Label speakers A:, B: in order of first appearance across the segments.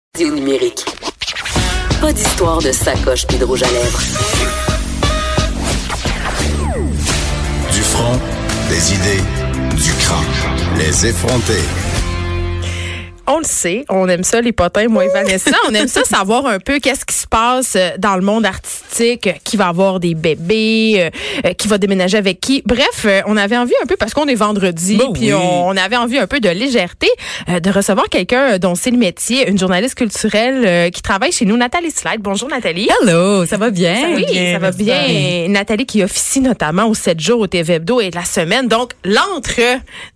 A: démocratie au numérique. Pas d'histoire de sacoche puis de rouge à lèvres.
B: Du front, des idées, du crâne. Les effronter.
C: On le sait, on aime ça les potins, moi et Vanessa. on aime ça savoir un peu qu'est-ce qui se passe euh, dans le monde artistique, euh, qui va avoir des bébés, euh, euh, qui va déménager avec qui. Bref, euh, on avait envie un peu, parce qu'on est vendredi,
D: Ben
C: puis
D: oui.
C: on, on avait envie un peu de légèreté, euh, de recevoir quelqu'un dont c'est le métier, une journaliste culturelle euh, qui travaille chez nous, Nathalie Slide. Bonjour Nathalie. Ben
D: Hello, ça va bien?
C: Oui, ça va bien. Nathalie qui officie notamment aux 7 jours au TV Hebdo et de la semaine. Donc, l'entre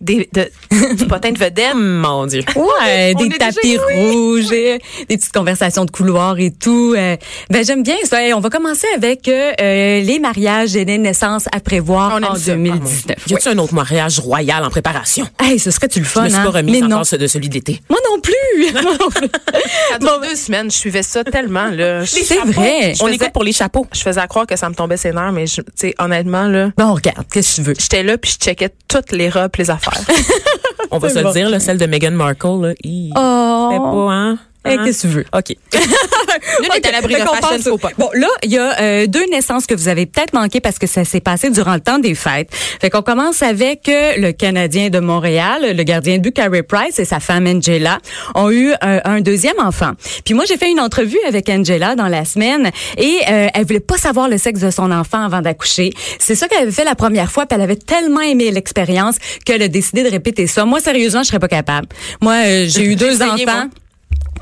C: des, de, du potin de vedette.
D: Mon
E: Ah,
D: Dieu. Ouais,
C: On
D: des
C: est déjà-
D: tapis
C: oui.
D: rouges, et des petites conversations de couloir et tout. Euh, ben j'aime bien ça. Et on va commencer avec euh, euh, les mariages et les naissances à prévoir
C: On aime
D: en
C: ça. Ah,
D: 2019.
E: Y a-tu un autre mariage royal en préparation?
D: Hey, ce serait-tu le
E: Je
D: fun,
E: me suis
D: hein?
E: pas
D: Mais
E: remise
D: non.
E: encore ce- de celui de l'été.
D: Moi non plus. Moi non plus.
C: Ça dure deux semaines. Je suivais ça tellement, là. Je-
D: C'est vrai.
E: On
C: faisais-
E: écoute pour les chapeaux.
C: Je faisais à croire que ça me tombait ses nerfs, mais je, tu sais, honnêtement, là,
D: Bon, regarde, qu'est-ce que tu veux?
C: j'étais là puis je checkais toutes les robes, les affaires.
E: On va se
D: bon.
E: le dire, là, celle de Meghan Markle. Là, hi. Fait
D: Oh.
E: pas, hein?
D: Hey,
E: Hein?
D: qu'est-ce que tu veux?
E: OK.
C: Nous, on est à l'abri de
D: Fait qu'on
C: fashion
D: passe-
C: faux pas.
D: Bon, là, il y a euh, deux naissances que vous avez peut-être manquées parce que ça s'est passé durant le temps des fêtes. Fait qu'on commence avec euh, le Canadien de Montréal, le gardien de but Carey Price et sa femme Angela ont eu euh, un deuxième enfant. Puis moi, j'ai fait une entrevue avec Angela dans la semaine et euh, elle voulait pas savoir le sexe de son enfant avant d'accoucher. C'est ça qu'elle avait fait la première fois, puis elle avait tellement aimé l'expérience qu'elle a décidé de répéter ça. Moi, sérieusement, je serais pas capable. Moi, euh, j'ai eu deux
C: essayé, moi.
D: enfants.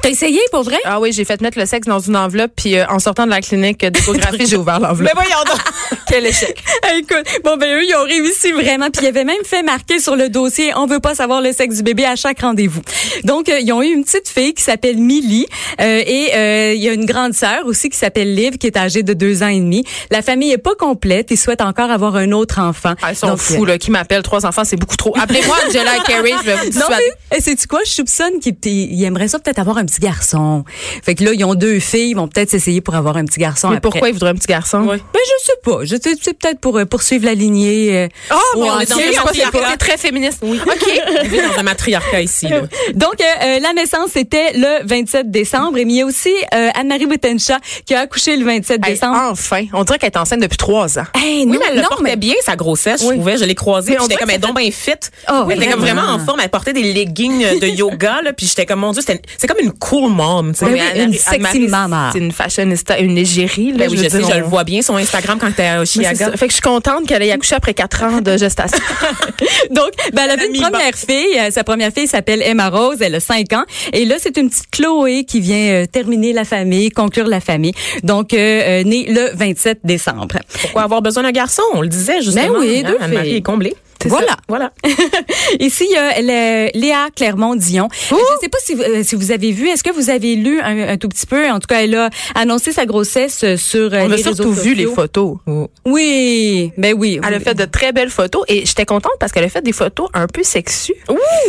D: T'as essayé pour vrai?
C: Ah oui, j'ai fait mettre le sexe dans une enveloppe puis euh, en sortant de la clinique d'échographie, j'ai ouvert l'enveloppe.
D: Mais voyons donc.
C: Quel échec.
D: Ah, Écoute, bon ben eux ils ont réussi vraiment, puis ils avaient même fait marquer sur le dossier on veut pas savoir le sexe du bébé à chaque rendez-vous. Donc euh, ils ont eu une petite fille qui s'appelle Millie euh, et euh, il y a une grande sœur aussi qui s'appelle Liv qui est âgée de deux ans et demi. La famille est pas complète, ils souhaitent encore avoir un autre enfant.
C: Ah, ils sont
D: Donc,
C: fous, là, qui m'appellent. Trois enfants, c'est beaucoup trop. Appelez-moi Angela et Carrie, je vais vous
D: non,
C: dissuader.
D: mais c'est tu quoi? Je soupçonne qu'ils ils aimeraient ça peut-être avoir un petit garçon. Fait que là, ils ont deux filles, ils vont peut-être s'essayer pour avoir un petit garçon
C: Mais
D: après.
C: pourquoi ils voudraient un petit garçon?
E: Oui.
D: Ben, je sais pas. Je sais- c'est peut-être pour euh, poursuivre la lignée. euh,
C: Ah,
D: ou
C: mais on
D: en-
C: est dans
E: Dieu,
C: un
E: je pense que c'est
C: côté très féministe. Oui. OK.
E: On vit dans un matriarcat ici. là.
D: Donc, euh, euh, la naissance, c'était le 27 décembre. Et mais il y a aussi euh, Anne-Marie Boutensha qui a accouché le 27
C: Hey,
D: décembre.
C: enfin, on dirait qu'elle est enceinte depuis trois ans.
E: Oui,
D: Hey, non,
E: mais elle le
D: non,
E: portait
D: mais-
E: bien, sa grossesse,
D: Oui.
E: je trouvais. Je l'ai croisée,
C: Mais
E: puis
C: on
E: j'étais
C: dirait
E: comme,
C: que
E: elle est donc bien fit.
D: Oh,
E: elle était comme
D: vraiment.
E: vraiment en forme. Elle portait des leggings euh, de yoga, là, puis j'étais comme, mon Dieu, c'était- c'est comme une cool mom, tu sais.
D: Oui,
C: Mais
D: une
C: Anne-
D: sexy
C: Ben Anne-Marie,
D: maman.
C: C'est une fashionista, une égérie. Là,
E: Ben oui,
C: veux
E: je sais,
C: dire,
E: je le
C: on-
E: vois bien, son Instagram quand t'es à
C: Mais c'est ça.
E: Oshiaga.
C: Fait que je suis contente qu'elle ait accouché après quatre ans de gestation.
D: Donc, ben, elle avait une
E: Anne-Marie
D: première fille. Euh, sa première fille s'appelle Emma Rose. Elle a 5 ans. Et là, c'est une petite Chloé qui vient euh, terminer la famille, conclure la famille. Donc, euh, euh, née le 27 décembre.
E: Pourquoi avoir besoin d'un garçon? On le disait, justement. hein,
D: Ben oui, deux
E: Anne-Marie
D: filles.
E: est comblée.
D: C'est Voilà. ça.
E: Voilà.
D: Ici, il y a le- Léa Clermont-Dion. Je ne sais pas si, vous- euh, si vous avez vu, est-ce que vous avez lu un, un tout petit peu? En tout cas, elle a annoncé sa grossesse euh, sur euh,
C: On a
D: les réseaux
C: surtout vu les
D: sociaux.
C: photos.
D: Oui, ben oui.
C: Elle a fait de très belles photos et j'étais contente parce qu'elle a fait des photos un peu sexues.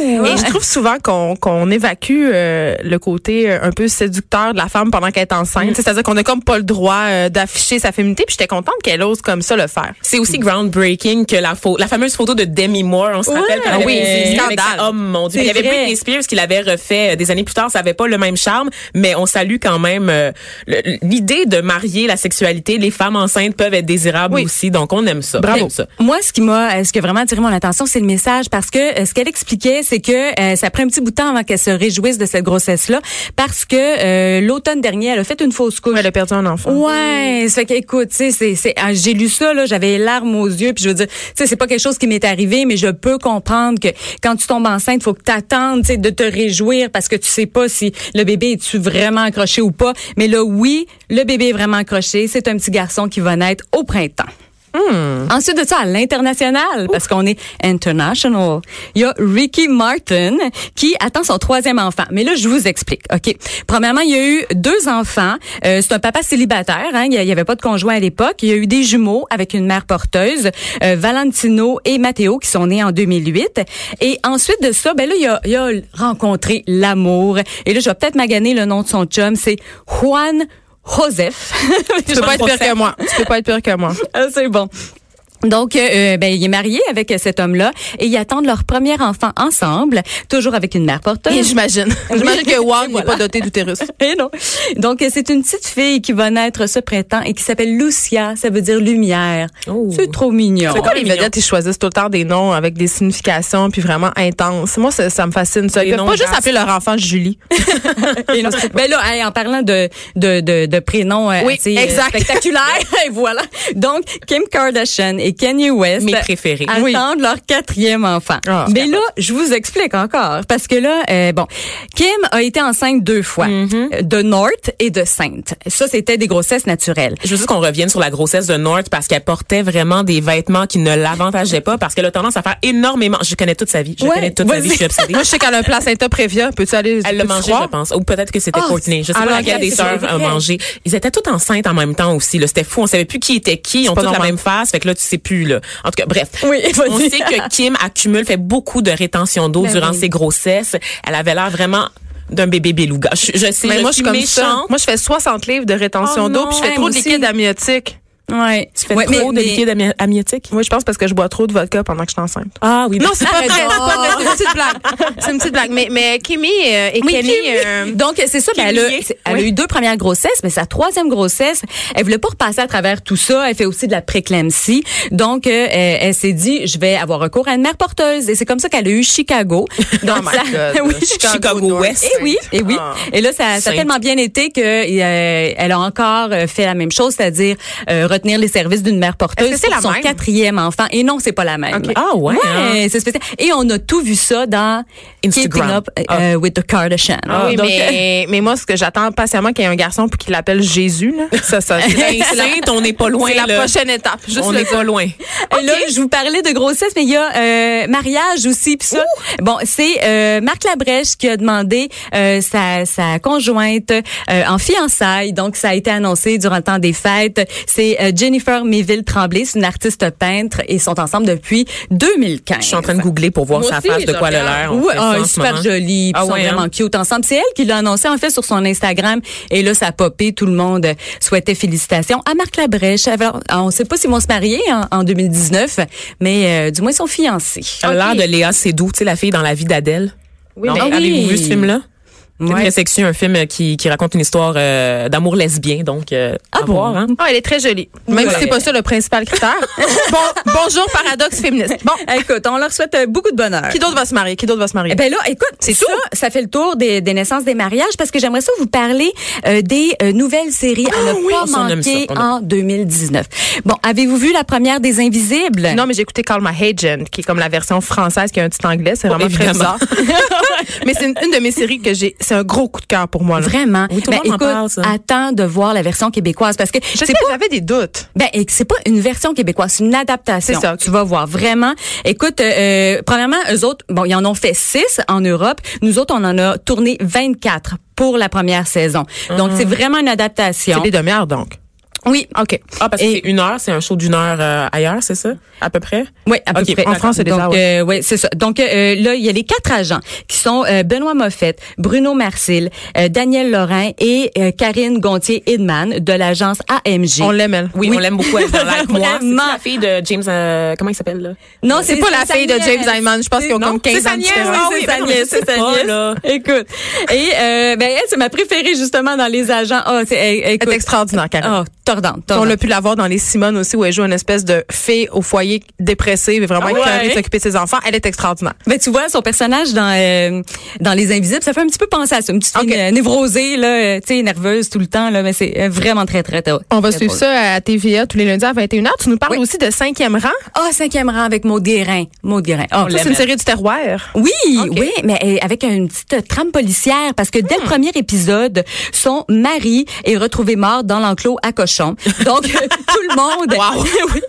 C: Et je trouve souvent qu'on qu'on évacue euh, le côté euh, un peu séducteur de la femme pendant qu'elle est enceinte. Tu sais, C'est-à-dire qu'on n'a comme pas le droit euh, d'afficher sa féminité. Puis j'étais contente qu'elle ose comme ça le faire.
E: C'est aussi groundbreaking que la, pho- la fameuse photo de Demi Moore, on se
D: Ouais.
E: rappelle. quand elle
D: Ah
E: avait
D: oui,
E: fait
C: c'est
E: avec sa-
C: scandale.
E: Oh mon Dieu.
D: C'est
E: Il y avait
D: vrai.
E: Britney Spears qui l'avait refait euh, des années plus tard. Ça n'avait pas le même charme, mais on salue quand même euh, le- l'idée de marier la sexualité. Les femmes enceintes peuvent être désirables
C: Oui.
E: aussi, donc on aime ça.
C: Bravo.
E: On aime ça.
D: Ben, Moi, ce qui m'a, euh, ce qui a vraiment attiré mon attention, c'est le message parce que euh, ce qu'elle expliquait, c'est que euh, ça prend un petit bout de temps avant qu'elle se réjouisse de cette grossesse-là, parce que euh, l'automne dernier, elle a fait une fausse couche.
C: Elle a perdu un enfant.
D: Ouais, ça fait qu'écoute, tu sais, c'est, c'est, ah, j'ai lu ça là, j'avais les larmes aux yeux, puis je veux dire, tu sais, c'est pas quelque chose qui m'est arrivé, mais je peux comprendre que quand tu tombes enceinte, faut que t'attendes, tu sais, de te réjouir parce que tu sais pas si le bébé est-tu vraiment accroché ou pas. Mais là, oui, le bébé est vraiment accroché. C'est un petit garçon qui va naître au printemps. Ensuite de ça, à l'international, parce qu'on est international, il y a Ricky Martin qui attend son troisième enfant. Mais là, je vous explique. OK. Premièrement, il y a eu deux enfants. Euh, c'est un papa célibataire. Hein, il n'y avait pas de conjoint à l'époque. Il y a eu des jumeaux avec une mère porteuse, euh, Valentino et Matteo, qui sont nés en 2008. Et ensuite de ça, ben là, il a, il a rencontré l'amour. Et là, je vais peut-être maganer le nom de son chum. C'est Juan Joseph.
C: Tu peux pas être pire que moi. Tu peux pas être pire que moi.
D: Ah, c'est bon. Donc, euh, ben, il est marié avec cet homme-là et ils attendent leur premier enfant ensemble, toujours avec une mère porteuse.
C: Et j'imagine. J'imagine que Wang n'est pas doté d'utérus.
D: Eh non. Donc, euh, c'est une petite fille qui va naître ce printemps et qui s'appelle Lucia, ça veut dire lumière.
E: Oh.
D: C'est trop mignon.
C: C'est comme les
E: mignon.
C: vedettes, ils choisissent tout le temps des noms avec des significations puis vraiment intenses. Moi, ça, ça me fascine. Ça.
E: Des
C: Ils peuvent
E: noms
C: pas juste
E: vastes.
C: appeler leur enfant Julie.
D: Et non. ben là, hey, en parlant de de de, de prénoms euh,
C: Oui,
D: assez, euh,
C: exact.
D: spectaculaires, et voilà. Donc Kim Kardashian et Kanye West
E: Mes préférés.
D: attendent
E: Oui.
D: leur quatrième enfant.
C: Ah.
D: Mais là, je vous explique encore parce que là, euh, bon, Kim a été enceinte deux fois,
C: Mhm.
D: euh, de North et de Sainte. Ça, c'était des grossesses naturelles.
E: Je veux juste qu'on revienne sur la grossesse de North parce qu'elle portait vraiment des vêtements qui ne l'avantageaient pas parce qu'elle a tendance à faire énormément. Je connais toute sa vie. Je
D: Ouais,
E: connais toute sa vie.
D: vas-y.
E: Je suis obsédée.
C: Moi, je sais qu'elle a un placenta prévia. Peux-tu aller
E: Elle l'a
C: peux-tu
E: mangé,
C: croire?
E: je pense. Ou peut-être que c'était
D: Ah,
E: Courtney. Je sais
C: alors,
E: pas laquelle
D: ok,
E: des
D: c'est
E: sœurs
D: vrai.
E: a mangé. Ils étaient toutes enceintes en même temps aussi. là. C'était fou. On savait plus qui était qui. Ils ont
C: pas
E: toutes la
C: normal.
E: même face. Fait que là, tu sais plus. Là. En tout cas, bref.
D: Oui, vas-y.
E: On sait que Kim accumule, fait beaucoup de rétention d'eau
D: Ben
E: durant
D: oui.
E: ses grossesses. Elle avait l'air vraiment d'un bébé beluga. Je, je sais,
C: Mais moi, je suis comme ça.
E: méchante.
C: Moi, je fais 60 livres de rétention
E: Oh
C: d'eau
E: non.
C: puis je fais
E: Hey,
C: trop
E: moi
C: de
E: aussi.
C: liquide amniotique.
D: Ouais.
E: Tu fais
D: Ouais,
E: trop
D: mais-
E: de liquide ami- amniotique?
C: Moi, je pense parce que je bois trop de vodka pendant que je suis enceinte.
E: Ah oui.
C: Non, c'est pas vrai,
D: Arrête
C: c'est
D: donc.
C: pas vrai, c'est une petite blague. C'est une petite blague. Mais, mais Kimi euh, et
D: Oui,
C: Kenny,
D: Kimi.
C: euh,
D: Donc, c'est ça, ben, elle, a,
E: Kimi.
D: c'est- elle a
E: Oui.
D: eu deux premières grossesses, mais sa troisième grossesse, elle voulait pas repasser à travers tout ça. Elle fait aussi de la préclampsie. Donc, euh, elle, elle s'est dit, je vais avoir recours à une mère porteuse. Et c'est comme ça qu'elle a eu Chicago. Donc,
C: Oh my
D: ça-
C: God.
D: oui,
E: Chicago,
C: Chicago
E: West.
D: Et Eh oui, et oui.
C: Ah.
D: Et là, ça, ça a
E: Sainte.
D: tellement bien été que euh, elle a encore euh, fait la même chose, c'est-à-dire euh, retenir les services d'une mère porteuse
C: Est-ce que c'est
D: pour
C: la
D: son
C: même?
D: quatrième enfant. Et non, c'est pas la même.
E: Ok. Ah ouais, hein?
D: c'est spécial. Et on a tout vu ça dans
E: Instagram.
D: Keeping Up euh,
E: Ah.
D: with the Kardashians.
C: Ah oui,
D: Donc,
C: mais, mais moi, ce que j'attends patiemment qu'il y ait un garçon pour qu'il l'appelle Jésus, là. Ça, ça, c'est la- Ben, c'est la,
E: Enceinte, on n'est pas loin.
C: c'est la
E: là.
C: prochaine étape. Juste
E: on
C: le-
E: n'est pas loin.
D: Et Euh, Là, je vous parlais de grossesse, mais il y a euh, mariage aussi. Puis ça, bon, c'est euh, Marc Labrèche qui a demandé euh, sa, sa conjointe euh, en fiançailles. Donc, ça a été annoncé durant le temps des fêtes. C'est euh, Jennifer Méville Tremblay, c'est une artiste peintre, et ils sont ensemble depuis 2015.
E: Je suis en train de googler pour voir
C: Moi
E: sa
C: aussi,
E: face, de
C: je
E: quoi elle a
C: regarde.
E: l'air. On
D: Oui,
E: fait ça
D: ah,
E: en ce
D: super
E: moment.
D: jolie, puis
E: Ah
D: ils sont
E: ouais, hein?
D: vraiment cute ensemble. C'est elle qui l'a annoncé en fait sur son Instagram et là ça a popé, tout le monde souhaitait félicitations à Marc Labrèche. Alors, ah, on sait pas s'ils vont se marier en, en 2019, mais euh, du moins ils sont fiancés.
E: Elle a l'air de Léa Seydoux, tu sais, la fille dans la vie d'Adèle.
C: Oui,
E: Non?
C: mais-
D: Ah oui.
E: Avez-vous vu ce film-là? C'est
D: Ouais.
E: Très sexy, un film euh, qui, qui raconte une histoire euh, d'amour lesbien, donc euh, à
D: bon?
E: voir. Hein?
C: Ah, elle est très jolie. Même
D: Ouais.
C: si c'est pas ça le principal critère. bon, bonjour, paradoxe féministe. Bon,
D: Eh, Écoute, on leur souhaite euh, beaucoup de bonheur.
C: qui d'autre va se marier? Qui d'autre va se marier?
D: Eh Ben là, écoute, c'est ça, ça fait le tour des, des naissances, des mariages, parce que j'aimerais ça vous parler euh, des euh, nouvelles séries à ne
E: Ah oui,
D: pas
E: on aime ça,
D: manquer
E: on aime.
D: en 2019. Bon, avez-vous vu la première des Invisibles?
C: Non, mais j'ai écouté Call My Agent, qui est comme la version française qui a un petit anglais. C'est
E: Oh,
C: vraiment très
E: évidemment.
C: bizarre. mais c'est une, une de mes séries que j'ai. C'est un gros coup de cœur pour moi. là.
D: Vraiment.
E: Oui, tout le
D: Ben,
E: monde en
D: écoute,
E: parle, ça.
D: attends de voir la version québécoise parce que
C: Je
D: c'est
C: sais,
D: pas
C: j'avais des doutes.
D: ben et que c'est pas une version québécoise, c'est une adaptation.
C: C'est ça, ok.
D: Tu vas voir vraiment. Écoute, euh, euh, premièrement, eux autres, bon, ils en ont fait six en Europe. Nous autres, on en a tourné 24 pour la première saison. Donc c'est vraiment une adaptation.
C: C'est des demi-heures, donc.
D: Oui,
C: OK.
E: Ah, parce que
D: Et-
E: c'est une heure, c'est un show d'une heure euh, ailleurs, c'est ça? À peu près?
D: Oui, à peu
E: Ok,
D: près.
E: en France,
C: c'est des
D: Donc,
C: arbres.
D: euh, ouais, c'est ça. Donc euh, là, il y a les quatre agents qui sont euh, Benoît Moffett, Bruno Marcil, euh, Daniel Lorrain et euh, Karine Gontier-Hidman de l'agence AMG.
C: On l'aime, elle.
E: Oui, on l'aime beaucoup. Elle est dans Like Moi. C'est
D: Vraiment.
E: la fille de James, euh, comment il s'appelle, là?
D: Non,
C: C'est pas la fille de James Diamond. Je pense qu'ils ont
E: Non,
C: comme 15
E: c'est
C: ans
E: sa
C: de
E: nièce,
C: différence.
E: Ah
D: oui,
E: oui,
D: c'est sa
E: ben non,
D: nièce,
E: mais
D: c'est sa
E: c'est pas,
D: nièce.
E: là.
D: Écoute. Et euh, ben elle, c'est ma préférée justement dans les agents. Ah, c'est elle-
C: Elle
D: écoute.
C: est extraordinaire, Karine.
D: Ah, tordante,
C: On
D: tordante.
C: l'a pu la voir dans les Simone aussi, où elle joue une espèce de fée au foyer dépressive et vraiment
D: Ah
C: qui
D: ouais.
C: de s'occuper de ses enfants. Elle est extraordinaire.
D: Ben tu vois son personnage dans euh, dans Les Invisibles, ça fait un petit peu penser à ça, une petite fille
C: Ok.
D: euh, névrosée là, euh, tu sais nerveuse tout le temps là, mais c'est euh, vraiment très très très.
C: On va
D: très
C: suivre
D: drôle.
C: ça à TVA tous les lundis à 21h. Tu nous parles aussi de cinquième rang.
D: Ah, cinquième rang avec Maud Guérin. Maud Guérin. Ah,
C: Ça,
E: l'aime,
C: c'est une
E: elle.
C: série du terroir.
D: Oui, oui, mais euh, avec une petite euh, trame policière parce que dès
C: Hmm.
D: le premier épisode, son mari est retrouvé mort dans l'enclos à cochon. Donc euh, tout le monde. Oui.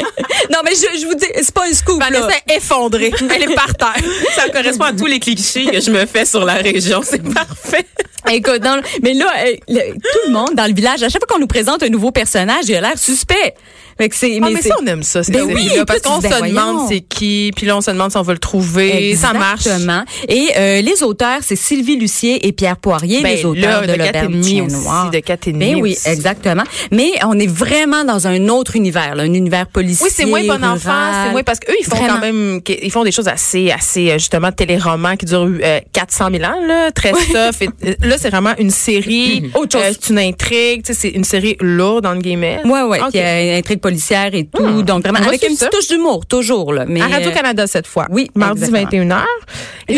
D: Non mais je, je vous dis, c'est pas un scoop là.
C: Vanessa est effondrée. Elle est par terre.
E: Ça correspond à tous les clichés que je me fais sur la région. C'est parfait.
D: Écoute, dans le- mais là, euh, le- tout le monde dans le village, à chaque fois qu'on nous présente un nouveau personnage, il a l'air suspect. Fait que c'est,
C: Ah, mais
D: c'est-
C: ça, on aime ça, c'est
D: Ben oui, puis
C: parce
D: tu
C: qu'on
D: dis, ben
C: se demande
D: voyons.
C: c'est qui, puis là, on se demande si on va le trouver. Ça marche.
D: Exactement. Et euh, les auteurs, c'est Sylvie Lucier et Pierre Poirier,
C: Ben,
D: les auteurs
C: là,
D: de,
C: de quatre et
D: l'Auberge
C: demi
D: du Chien
C: aussi,
D: Noir.
C: de quatre et demi
D: Ben oui,
C: Mm-hmm. aussi.
D: exactement. Mais on est vraiment dans un autre univers, là, un univers policier.
C: Oui, c'est moins bon
D: rural.
C: enfant, c'est moins parce qu'eux, ils font
D: Vraiment.
C: quand même, qu- ils font des choses assez, assez euh, justement téléromans qui durent euh, 400 000 ans, là, très tough. Et, euh, là, c'est vraiment une série,
D: Autre chose.
C: euh, c'est une intrigue, tu sais, c'est une série lourde entre guillemets.
D: Ouais, ouais.
C: Ok.
D: Puis, euh, une intrigue policière et tout. Donc vraiment
C: On va
D: avec une
C: suivre ça.
D: petite touche d'humour toujours là. Mais
C: à Radio Canada cette fois.
D: oui,
C: mardi
D: exactement.
C: 21h.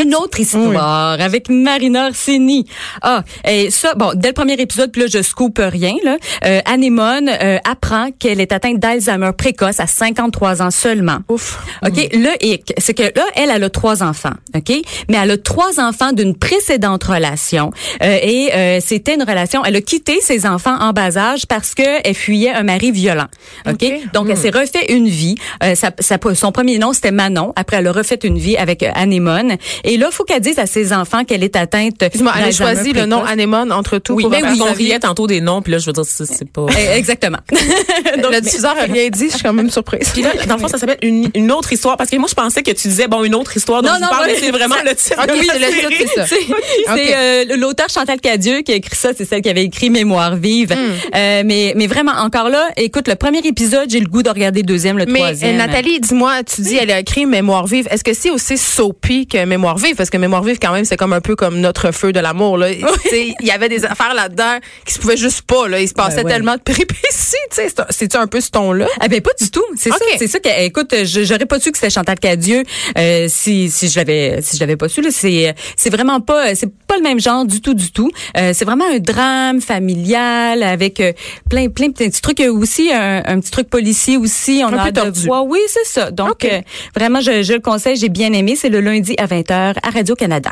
D: Une autre histoire avec Marina Orsini. Ah, et ça, bon, dès le premier épisode, puis là, je scoop rien, là. Euh, Anémone euh, apprend qu'elle est atteinte d'Alzheimer précoce à 53 ans seulement.
C: Ouf.
D: OK,
C: Mm.
D: le hic, c'est que là, elle, elle a trois enfants, OK? Mais elle a trois enfants d'une précédente relation. Euh, et euh, c'était une relation, elle a quitté ses enfants en bas âge parce que elle fuyait un mari violent, OK? Donc,
C: Mm.
D: elle s'est refait une vie. Euh, sa- sa- son premier nom, c'était Manon. Après, elle a refait une vie avec euh, Anémone. Et là, faut qu'elle dise à ses enfants qu'elle est atteinte
C: Excuse-moi, elle a
D: d'Alzheimer
C: choisi le nom
D: précoce.
C: Anémone entre tout
E: Oui,
C: pour
E: mais
C: avoir
E: oui,
C: sa
E: on
C: vie.
E: riait tantôt des noms, puis là, je veux dire, c'est c'est pas...
D: Euh, Exactement.
C: Le diffuseur a rien dit, je suis quand même surprise.
E: Puis là, dans le fond, ça s'appelle une, une autre histoire. Parce que moi, je pensais que tu disais, bon, une autre histoire dont
D: Non,
E: je
D: non,
E: vous parle,
D: moi,
E: mais c'est vraiment le titre.
C: Ok,
E: de la
C: c'est le
E: série.
C: titre, c'est ça.
D: C'est
C: Ok.
D: euh, l'auteur Chantal Cadieux qui a écrit ça, c'est celle qui avait écrit Mémoire vive.
C: Hmm.
D: Euh, mais, mais vraiment, encore là, écoute, le premier épisode, j'ai le goût de regarder le deuxième, le
C: Mais
D: troisième.
C: euh, Nathalie, dis-moi, tu dis elle a écrit Mémoire vive. Est-ce que c'est aussi soapy que Mémoire vive Parce que Mémoire vive quand même c'est comme un peu comme notre feu de l'amour là. Tu sais, Il y avait des affaires là-dedans qui se pouvaient juste pas là. Il se passait
D: Ben ouais.
C: tellement de péripéties. tu sais. C'est un- C'est-tu un peu ce ton là
D: Ah ben pas du tout, c'est
C: Ok.
D: ça, c'est ça que eh, écoute, euh, je j'aurais pas su que c'était Chantal Cadieux euh, si si je l'avais si je l'avais pas su là, c'est euh, c'est vraiment pas c'est pas le même genre du tout du tout. Euh, c'est vraiment un drame familial avec euh, plein plein de petits trucs Il y a aussi un, un petit truc policier aussi, on
C: Un
D: a
C: peu
D: hâte de
C: tordu.
D: voir. Oui, c'est ça. Donc
C: Ok.
D: euh, vraiment je, je le conseille, j'ai bien aimé, c'est le lundi à 20h à Radio Canada.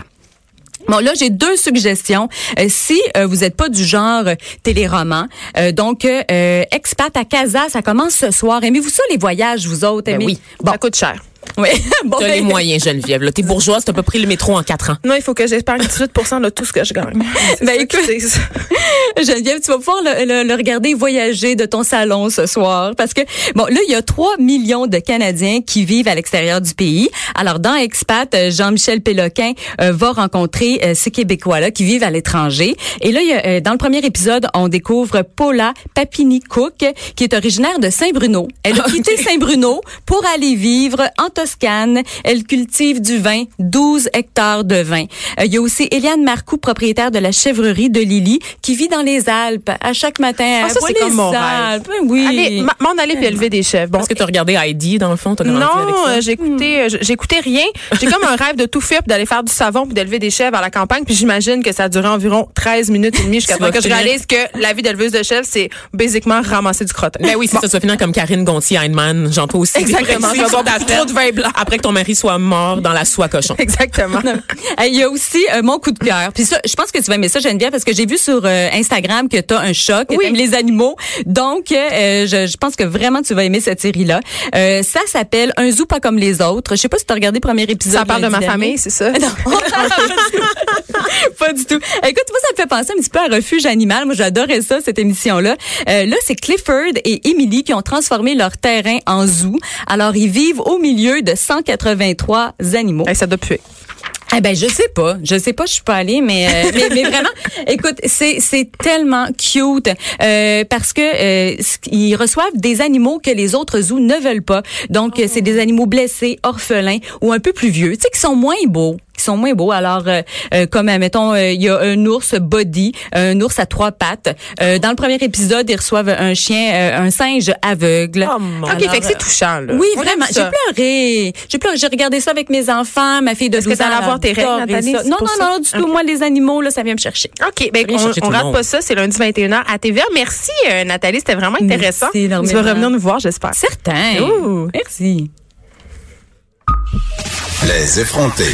D: Bon, là, j'ai deux suggestions. Euh, si euh, vous n'êtes pas du genre euh, téléroman, euh, donc euh, Expat à Casa, ça commence ce soir. Aimez-vous ça, les voyages, vous autres?
E: Ben
D: Aimez-
E: oui.
D: Bon,
C: Ça coûte cher.
D: oui. bon,
E: T'as
D: ben,
E: les moyens, Geneviève. là. T'es bourgeoise, t'as pas pris le métro en quatre ans.
C: Non, il faut que j'espère 18 de tout ce que je gagne.
D: Ben,
C: Ben
D: écoute,
C: écoute,
D: Geneviève, tu vas pouvoir le, le- le regarder voyager de ton salon ce soir. Parce que, bon, là, il y a 3 millions de Canadiens qui vivent à l'extérieur du pays. Alors, dans Expat, euh, Jean-Michel Péloquin euh, va rencontrer euh, ces Québécois-là qui vivent à l'étranger. Et là, il y a, euh, dans le premier épisode, on découvre Paula Papini-Cook, qui est originaire de Saint-Bruno. Elle a quitté Saint-Bruno pour aller vivre en Toscane. Elle cultive du vin, 12 hectares de vin. Euh, il y a aussi Eliane Marcoux, propriétaire de la chèvrerie de Lily, qui vit dans les Alpes. À chaque matin,
C: Ah,
D: elle
C: ça,
D: voit
C: c'est
D: les
C: comme mon rêve.
D: Alpes. Oui.
C: allez, ma- m'en aller puis élever des chefs. Bon,
E: Parce que t'as regardé Heidi, dans le fond, t'as grandi avec
C: Non,
E: ça.
C: euh, j'écoutais, euh, j- j'écoutais rien. J'ai comme un rêve de tout faire, puis d'aller faire du savon, puis d'élever des chèvres à la campagne. Puis j'imagine que ça a duré environ 13 minutes et demie jusqu'à
E: Tu
C: temps
E: vas
C: que je
E: finir.
C: réalise que la vie d'éleveuse de chèvres, c'est basiquement ramasser du crottin.
E: Ben oui, c'est ça, tu vas finir comme Karine Gontier-Heinemann, j'en peux aussi.
C: Exactement,
E: dépressive,
C: tu vas boire
E: d'attente.
C: trop de vin blanc.
E: Après que ton mari soit mort dans la soie cochon.
C: Exactement.
D: Euh, Il y a aussi euh, mon coup de cœur. Puis ça, je pense que tu vas aimer ça, Geneviève, parce que j'ai vu sur euh, Instagram que tu as un choc, que
C: Oui.
D: t'aimes les animaux. Donc, euh, je, je pense que vraiment tu vas aimer cette série-là. Euh, ça s'appelle Un zoo pas comme les autres. Je sais pas si tu as regardé le premier épisode.
C: Ça parle de
D: lundi
C: ma
D: dernier.
C: famille, c'est ça?
D: pas du tout. Écoute, moi, ça me fait penser un petit peu à Refuge Animal. Moi, j'adorais ça, cette émission-là. Euh, là, c'est Clifford et Emily qui ont transformé leur terrain en zoo. Alors, ils vivent au milieu de 183 animaux.
C: Hey, ça doit puer.
D: Eh ben je sais pas, je sais pas, je suis pas allée, mais euh, mais, mais vraiment, écoute, c'est c'est tellement cute euh, parce que euh, ce- ils reçoivent des animaux que les autres zoos ne veulent pas. Donc euh, c'est des animaux blessés, orphelins ou un peu plus vieux, tu sais, qui sont moins beaux, qui sont moins beaux. Alors euh, euh, comme mettons, il y a un ours body, un ours à trois pattes. Euh, dans le premier épisode, ils reçoivent un chien, euh, un singe aveugle.
E: Oh, mon
C: OK, fait que c'est touchant, là.
D: Oui,
C: On aime
D: vraiment. J'ai
C: ça.
D: pleuré. J'ai pleuré. J'ai regardé ça avec mes enfants, ma fille de 12
C: que
D: ans.
C: t'allais
D: elle
C: avoir tes
D: adorait
C: règles, Nathalie,
D: ça.
C: c'est
D: Non,
C: pour
D: non,
C: ça?
D: non, du tout. Moi, les animaux, là, ça vient me chercher.
C: OK, ben,
E: Rien
C: on,
E: chercher tout
C: on
E: le
C: rate
E: monde.
C: pas ça. C'est lundi 21h à TVA. Merci, euh, Nathalie. C'était vraiment intéressant.
D: Merci énormément.
C: tu vas revenir nous voir, j'espère.
D: Certain.
C: Ouh.
D: Merci.
B: Les effronter.